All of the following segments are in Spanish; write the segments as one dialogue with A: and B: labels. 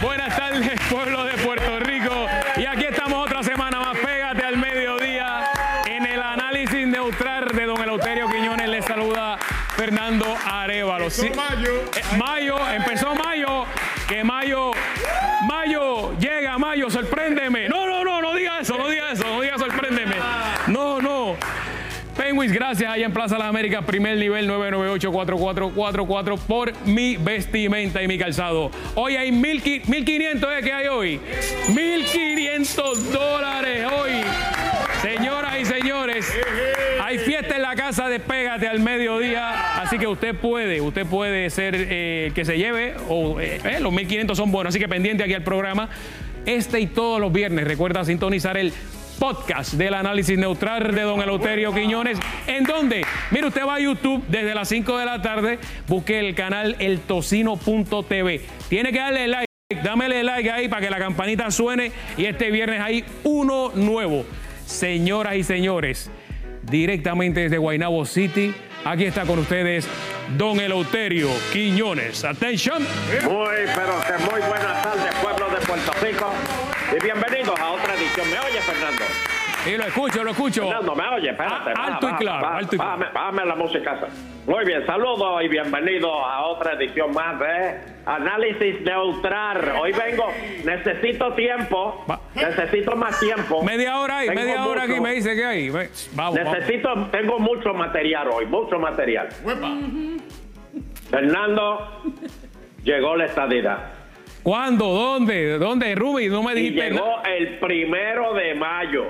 A: Buenas tardes, pueblo de Puerto Rico. Y aquí estamos otra semana más. Pégate al mediodía en el análisis neutral de don Eleuterio Quiñones. Les saluda Fernando Arevalo. Sí,
B: mayo.
A: eh, mayo, empezó mayo. Que mayo, mayo, llega mayo, sorpréndeme. No, no, no, no diga eso, no diga eso, no diga sorpréndeme. No, no. Penguins, gracias allá en Plaza Las Américas, primer nivel 998-4444 por mi vestimenta y mi calzado. Hoy hay 1.500, 1.500, ¿eh? ¿Qué hay hoy? 1.500 dólares hoy. Señoras y señores, hay fiesta en la casa de Pégate al mediodía, así que usted puede, usted puede ser eh, el que se lleve, o eh, eh, los 1.500 son buenos, así que pendiente aquí al programa. Este y todos los viernes, recuerda sintonizar el podcast del análisis neutral de don Eleuterio Quiñones. ¿En donde, Mire, usted va a YouTube desde las 5 de la tarde, busque el canal eltocino.tv. Tiene que darle like. Dámele like ahí para que la campanita suene y este viernes hay uno nuevo. Señoras y señores, directamente desde Guaynabo City, aquí está con ustedes Don Eleuterio Quiñones. Atención.
C: Muy, pero que muy buenas tardes, pueblo de Puerto Rico. Y bienvenidos a otra edición. ¿Me oye, Fernando?
A: Y lo escucho, lo escucho.
C: Fernando, ¿me oye? Espérate.
A: Ah, alto y claro, alto y claro.
C: Bájame, bájame la música. esa. Muy bien, saludos y bienvenidos a otra edición más de Análisis Neutral. Hoy vengo, necesito tiempo,
A: Va.
C: necesito más tiempo.
A: Media hora ahí,
C: Tengo
A: media hora
C: mucho-
A: aquí me dice que hay. Ve, Vamos, vamos.
C: Necesito, tengo mucho material hoy, mucho material. Fernando, llegó la estadidad.
A: ¿Cuándo? ¿Dónde? ¿Dónde? Ruby, no me
C: Y
A: dijiste nada.
C: llegó el primero de mayo.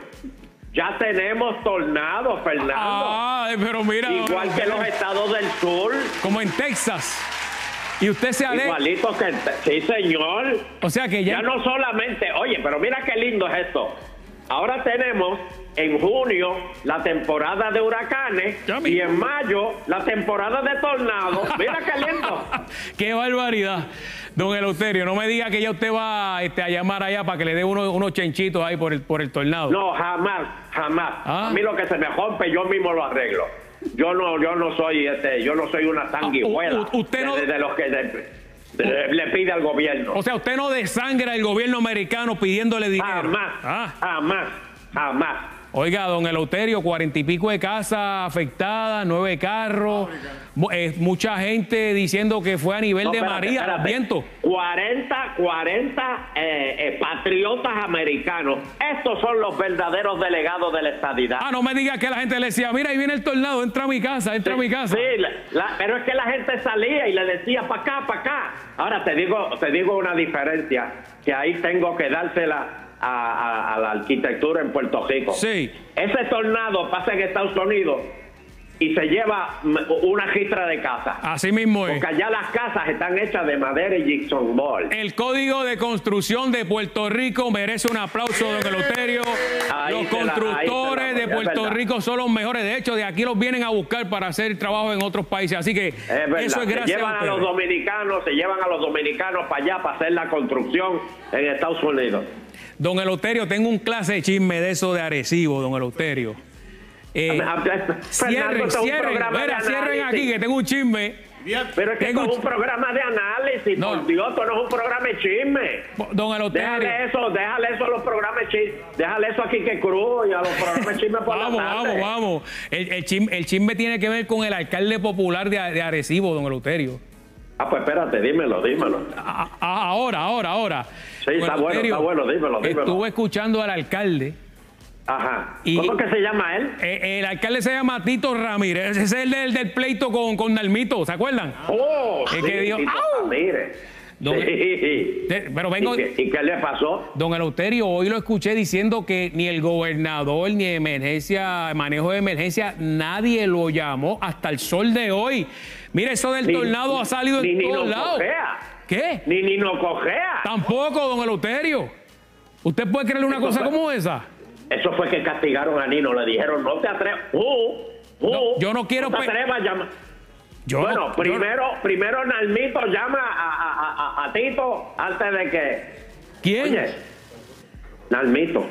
C: Ya tenemos tornados, Fernando.
A: Ah, pero mira.
C: Igual
A: don
C: que los
A: Eleuterio,
C: estados del sur.
A: Como en Texas. Y usted se aleja.
C: Igualito que. Sí, señor.
A: O sea que ya.
C: Ya no solamente. Oye, pero mira qué lindo es esto. Ahora tenemos en junio la temporada de huracanes
A: Ya
C: y
A: mismo.
C: en mayo la temporada de tornados. Mira qué lindo.
A: Qué barbaridad. Don Eleuterio, no me diga que ya usted va este, a llamar allá para que le dé uno- unos chenchitos ahí por el, por el tornado.
C: No, jamás, jamás.
A: Ah.
C: A mí lo que se me rompe, yo mismo lo arreglo. Yo no, yo no soy, este, yo no soy una sanguijuela.
A: Ah, u- u- usted no- Oh.
C: de, de los que le, de- le pide al gobierno.
A: O sea, usted no desangra el gobierno americano pidiéndole dinero.
C: jamás,
A: Ah.
C: jamás, jamás.
A: Oiga, don Eleuterio, cuarenta y pico de casas afectadas, nueve carros, mu- eh, mucha gente diciendo que fue a nivel
C: No,
A: de
C: espérate,
A: María, los
C: espérate.
A: vientos.
C: 40, 40 eh, eh, patriotas americanos. Estos son los verdaderos delegados de la estadidad.
A: Ah, no me diga que la gente le decía, mira, ahí viene el tornado, entra a mi casa, entra a mi casa.
C: Sí, la- la- pero es que la gente salía y le decía para acá, para acá. Ahora te digo, te digo una diferencia, que ahí tengo que dársela a, a- a la arquitectura en Puerto Rico.
A: Sí.
C: Ese tornado pasa en Estados Unidos y se lleva mm, una gistra de casa.
A: Así mismo es.
C: Porque allá las casas están hechas de madera y Gibson board.
A: El Código de Construcción de Puerto Rico merece un aplauso, don Eleuterio.
C: Ahí
A: los
C: se la- ahí
A: constructores
C: se la
A: de
C: doy, es
A: Puerto
C: verdad.
A: Rico son los mejores. De hecho, de aquí los vienen a buscar para hacer trabajo en otros países. Así que
C: Es verdad.
A: eso es
C: se
A: gracias
C: llevan
A: a
C: a, los
A: ustedes.
C: dominicanos, se llevan a los dominicanos para allá para hacer la construcción en Estados Unidos.
A: Don Eleuterio, tengo un clase de chisme de eso de Arecibo, don Eleuterio. Eh,
C: Fernando,
A: cierren,
C: esto es un
A: cierren,
C: programa de
A: Mira, cierren
C: análisis.
A: aquí que tengo un chisme.
C: Pero es que
A: Tengo
C: esto es
A: un-
C: un programa de análisis,
A: No.
C: por Dios, esto no es un programa de chisme.
A: Don Eleuterio.
C: Déjale eso, déjale eso a los programas de chisme. Déjale eso a Quique Cruz y a los programas de chisme por
A: Vamos,
C: la
A: vamos,
C: tarde.
A: vamos. El, el chisme, el chisme tiene que ver con el alcalde popular de, de Arecibo, don Eleuterio.
C: Ah, pues espérate, dímelo, dímelo.
A: A- a- ahora, ahora, ahora.
C: Sí, está bueno, está bueno, dímelo, dímelo.
A: Estuve escuchando al alcalde.
C: Ajá.
A: Y-
C: ¿Cómo que se llama él?
A: Eh, el alcalde se llama Tito Ramírez. Ese es el del, del pleito con, con Dalmito, ¿se acuerdan?
C: Oh,
A: Es que dijo,
C: Tito
A: ¡au!
C: Ramírez.
A: Don-
C: Sí.
A: Te- Pero vengo.
C: ¿Y, qué, y qué le pasó?
A: Don Eleuterio, hoy lo escuché diciendo que ni el gobernador, ni emergencia, manejo de emergencia, nadie lo llamó hasta el sol de hoy. Mire, eso del
C: Ni-
A: tornado ha salido
C: ni-
A: en
C: ni
A: todos
C: lo
A: lados.
C: cojea.
A: ¿Qué?
C: Ni Nino Cogea.
A: Tampoco, don Eleuterio. ¿Usted puede creerle una
C: Esto
A: cosa
C: fue-
A: como esa?
C: Eso fue que castigaron a Nino, le dijeron, no te atrevas. Uh, uh,
A: No, yo no quiero pues. pe-
C: te atrevas a llamar.
A: Yo no-
C: Bueno,
A: yo-
C: primero, primero Nalmito llama a, a- a- a- a Tito antes de que.
A: ¿Quién?
C: Oye, Nalmito.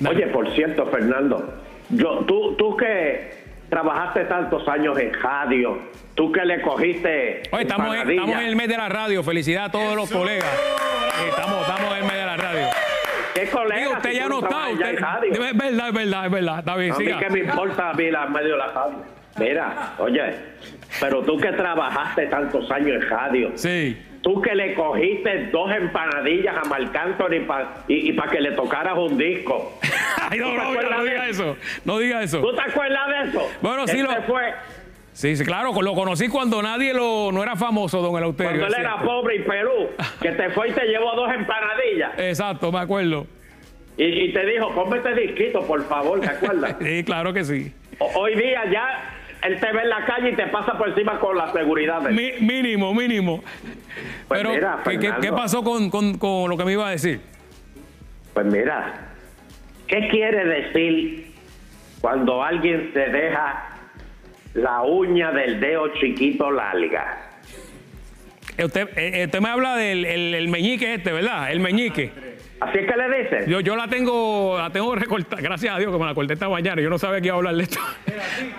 A: Nal-
C: Oye, por cierto, Fernando, yo, tú, tú que trabajaste tantos años en radio, tú que le cogiste.
A: Oye, estamos en,
C: empanadilla,
A: estamos en el mes de la radio. Felicidad a todos los colegas. Eh, Estamos, estamos en medio de la radio.
C: ¿Qué colega?
A: Digo, usted
C: si
A: ya
C: tú
A: no está.
C: trabajas ya en
A: usted-
C: radio?
A: es verdad, es verdad, es verdad. Está bien,
C: A mí
A: siga.
C: que me importa a mí la medio de la radio. Mira, oye, pero tú que trabajaste tantos años en radio,
A: Sí.
C: tú que le cogiste dos empanadillas a Marc Anthony pa- y, para que le tocaras un disco.
A: Ay, no,
C: ¿Tú te
A: no, no,
C: acuerdas
A: no
C: de
A: diga
C: eso?
A: eso. No diga
C: ¿Tú
A: eso.
C: te acuerdas de eso?
A: Bueno, sí
C: Ese
A: lo-
C: fue
A: Sí, sí, claro, lo conocí cuando nadie lo no era famoso, don Eleuterio.
C: cuando él
A: es
C: era
A: cierto.
C: pobre y Perú, que te fue y te llevó dos empanadillas.
A: Exacto, me acuerdo.
C: Y, y te dijo, ponme este disquito, por favor, ¿te acuerdas?
A: Sí, claro que sí.
C: O- Hoy día ya él te ve en la calle y te pasa por encima con la seguridad. de-
A: Mi- mínimo, mínimo.
C: Pues
A: Pero,
C: mira,
A: ¿qué- ¿qué,
C: Fernando.
A: qué pasó con, con- con lo que me iba a decir?
C: Pues mira, ¿qué quiere decir cuando alguien se deja la uña del dedo chiquito larga?
A: Eh, Usted, eh, eh, usted me habla del el- el meñique este, ¿verdad? El meñique.
C: Así es que le dicen.
A: Yo, yo la tengo la tengo recortada. Gracias a Dios que me la corté esta mañana. Yo no sabía que iba a hablar de esto.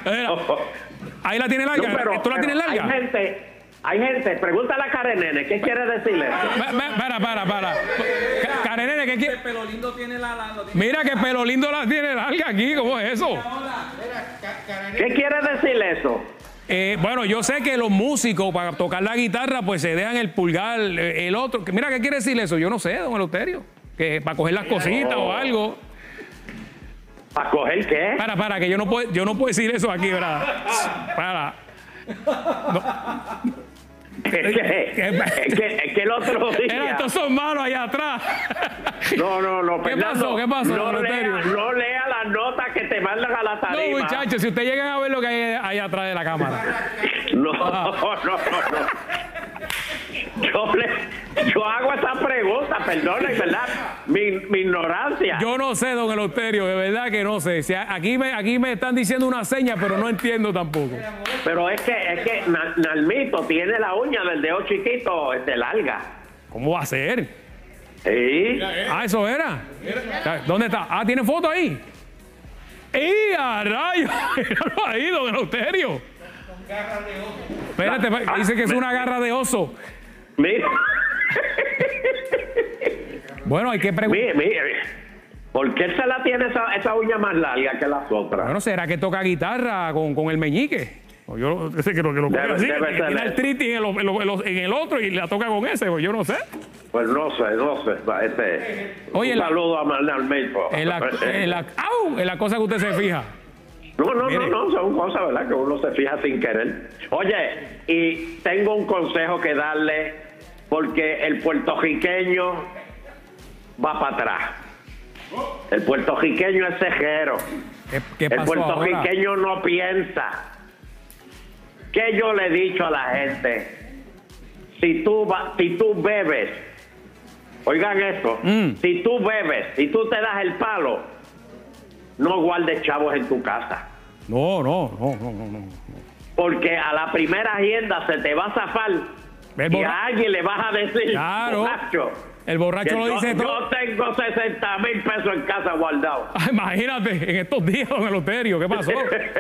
A: Era- ahí la tiene larga.
C: No, pero-
A: ¿Tú la
C: pero
A: tienes larga?
C: Hay gente, hay gente, pregúntale a Karen Nene, ¿qué quiere decir eso?
A: Ve- ve- Para, para, para. Ca- Carenene, ¿qué
B: El
A: quiere?
B: pelo lindo tiene la... la lo tiene
A: Mira que pelo lindo la tiene larga aquí. ¿Cómo es eso?
B: Hola, mira, ca- cara-
C: ¿Qué quiere decir eso?
A: Eh, bueno, yo sé que los músicos para tocar la guitarra pues se dejan el pulgar, eh, el otro. Que- Mira, ¿qué quiere decir eso? Yo no sé, don Eleuterio. Que para coger las cositas o algo.
C: ¿Para coger qué?
A: Para, para, que yo no puedo, yo no puedo decir eso aquí, ¿verdad? Para.
C: Es que, es que, es que el otro
A: Era,
C: día...
A: estos son malos allá atrás.
C: No, no, no,
A: ¿Qué
C: Fernando,
A: pasó? ¿Qué pasó,
C: No
A: Eleuterio?
C: lea, no lea las notas que te mandan a la
A: No,
C: tarima.
A: muchachos, si ustedes llegan a ver lo que hay allá atrás de la cámara.
C: No, no,
A: Ah.
C: no, no. Yo, le- yo hago esa pregunta, perdonen, ¿verdad? Mi, mi ignorancia.
A: Yo no sé, don Eleuterio, de verdad que no sé. Si a- aquí, me, aquí me están diciendo una seña, pero no entiendo tampoco.
C: Pero es que, es que Na- Nalmito tiene la uña del dedo chiquito, este, larga.
A: ¿Cómo va a ser?
C: Sí.
A: Ah, eso era. ¿Dónde está? Ah, tiene foto ahí. ¡Y a rayos! Míralo ahí, don Eleuterio. Espérate, espérate, dice que es una garra de oso.
C: Mira,
A: Bueno, hay que preguntar.
C: mire, mire. ¿Por qué él se la tiene esa, esa uña más larga que las otras?
A: Bueno, ¿será que toca guitarra con, con el meñique? O Yo sé que lo que lo
C: Debe-
A: coge así,
C: debe
A: que
C: ser
A: tiene
C: eso.
A: artritis en el, en lo- en el otro y la toca con ese, pues yo no sé.
C: Pues no sé, no sé. va, Este,
A: Oye,
C: un
A: la-
C: saludo a Ma- Nalmito.
A: Es la,
C: Pues, eh,
A: en la- ¡Au! Es la cosa que usted se fija.
C: No, no,
A: Mire.
C: no, no, son cosas, ¿verdad? Que uno se fija sin querer. Oye, y tengo un consejo que darle, porque el puertorriqueño va para atrás. El puertorriqueño es cejero.
A: ¿Qué, qué
C: El
A: pasó ahora?
C: puertorriqueño no piensa. ¿Qué yo le he dicho a la gente? Si tú, va- si tú bebes, oigan esto,
A: Mm.
C: si tú bebes, si tú te das el palo, no guardes chavos en tu casa.
A: No, no, no, no, no, no.
C: Porque a la primera agenda se te va a zafar
A: El
C: y
A: borra-
C: a alguien le vas a decir,
A: Claro.
C: borracho,
A: El borracho
C: que
A: lo
C: yo-
A: dice todo.
C: Yo tengo 60 mil pesos en casa guardado.
A: Ah, imagínate, en estos días, don Eleuterio, ¿qué pasó?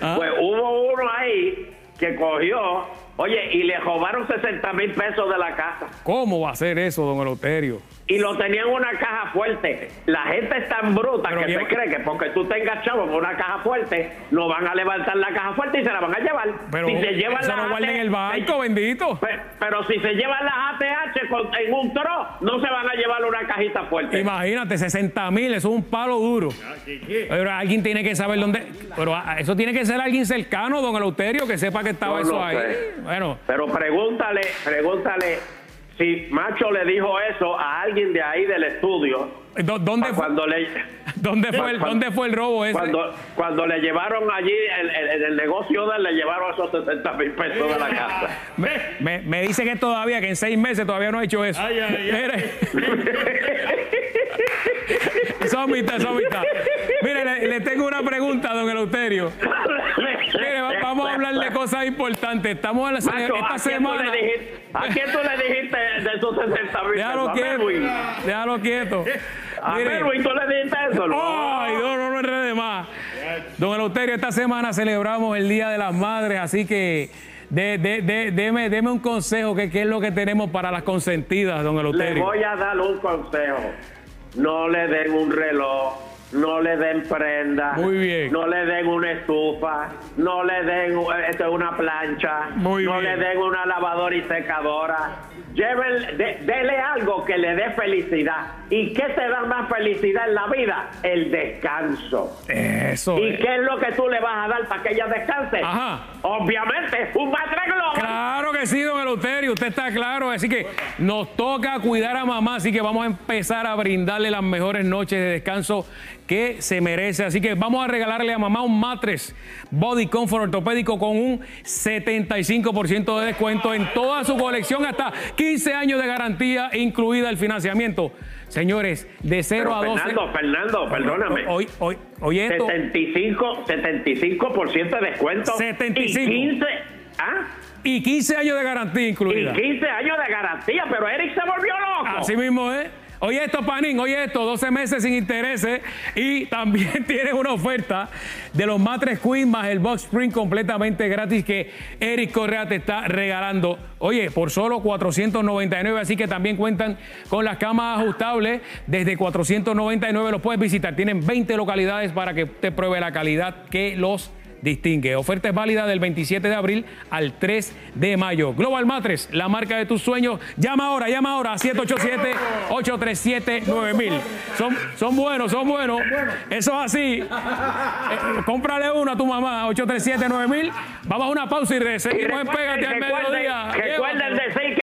A: Ah.
C: Pues hubo uno ahí que cogió, oye, y le robaron 60 mil pesos de la casa.
A: ¿Cómo va a ser eso, don Eleuterio?
C: Y lo tenían en una caja fuerte. La gente es tan bruta
A: Pero
C: que
A: lleva-
C: se cree que porque tú tengas chavo con una caja fuerte, no van a levantar la caja fuerte y se la van a llevar.
A: Pero
C: si se llevan
A: eso
C: la
A: no guarda en
C: ATH,
A: el banco, bendito.
C: Pe- Pero si se llevan las ATH con- en un tro, no se van a llevar una cajita fuerte.
A: Imagínate, 60 mil, eso es un palo duro. Pero alguien tiene que saber dónde. Pero ah, eso tiene que ser alguien cercano, don Eleuterio, que sepa que estaba
C: No
A: eso
C: lo
A: ahí.
C: sé.
A: Bueno,
C: Pero pregúntale, pregúntale si Macho le dijo eso a alguien de ahí del estudio.
A: ¿dó- ¿dónde,
C: pa'
A: fue,
C: Cuando le,
A: dónde, fue el,
C: cuando-
A: ¿dónde fue el robo ese?
C: cuando, cuando le llevaron allí el, el- el negocio de él, le llevaron esos 60 mil pesos de la casa.
A: Me, me- me dice que todavía, que en seis meses todavía no ha hecho eso.
D: Ay, ay, ay.
A: Mire. Eso es mitad, eso es mitad. Mire, le, le tengo una pregunta, don Eleuterio. Mire, va- vamos a hablar de cosas importantes. Estamos a la
C: Macho, ¿a,
A: esta
C: quién tú le
A: semana.
C: dijiste, ¿A quién tú le dijiste de esos 60 mil pesos?
A: Déjalo
C: A
A: quieto.
C: Melwin.
A: Déjalo quieto.
C: A
A: Mire. Oh,
C: Melwin, ¿tú le dijiste eso? No.
A: Ay, no, no, no enrede más. Don Eleuterio, esta semana celebramos el Día de las Madres, así que de- de- de- deme, deme un consejo, que qué es lo que tenemos para las consentidas, don
C: Le
A: Eleuterio.
C: voy a dar un consejo. No le den un reloj, no le den prenda,
A: Muy bien.
C: no le den una estufa, no le den u- este, una plancha,
A: Muy
C: no
A: bien.
C: le den una lavadora y secadora. Lleven, de- dele algo que le dé felicidad. ¿Y qué te da más felicidad en la vida? El descanso.
A: Eso.
C: ¿Y
A: es.
C: qué es lo que tú le vas a dar para que ella descanse?
A: Ajá.
C: Obviamente, un batre global.
A: Claro que sí, don Eleuterio, usted está claro. Así que nos toca cuidar a mamá, así que vamos a empezar a brindarle las mejores noches de descanso que se merece. Así que vamos a regalarle a mamá un matres Body Comfort Ortopédico con un 75% de descuento en toda su colección, hasta 15 años de garantía, incluida el financiamiento. Señores, de 0
C: Pero
A: a 12.
C: Fernando, Fernando, perdóname.
A: Hoy, hoy, hoy esto.
C: 75, 75% de descuento.
A: 75.
C: Y 15, ¿ah?
A: Y 15 años de garantía incluida.
C: y 15 años de garantía, pero Eric se volvió loco.
A: Así mismo es. Oye esto, Panín, oye esto, 12 meses sin intereses y también tienes una oferta de los Matres Queen más el Box Spring completamente gratis que Eric Correa te está regalando. Oye, por solo 499, así que también cuentan con las camas ajustables desde 499 los puedes visitar. Tienen 20 localidades para que te pruebe la calidad que los distingue. Oferta es válida del 27 de abril al 3 de mayo. Global Matres, la marca de tus sueños. Llama ahora, llama ahora, 787-837-9000. Son, son buenos, son buenos. Eso es así. Eh, cómprale uno a tu mamá, 837-9000. Vamos a una pausa y
C: Y
A: seguimos en
C: recuerden,
A: Pégate al
C: recuerden,
A: mediodía.
C: recuerden
A: Llévatelo.
C: decir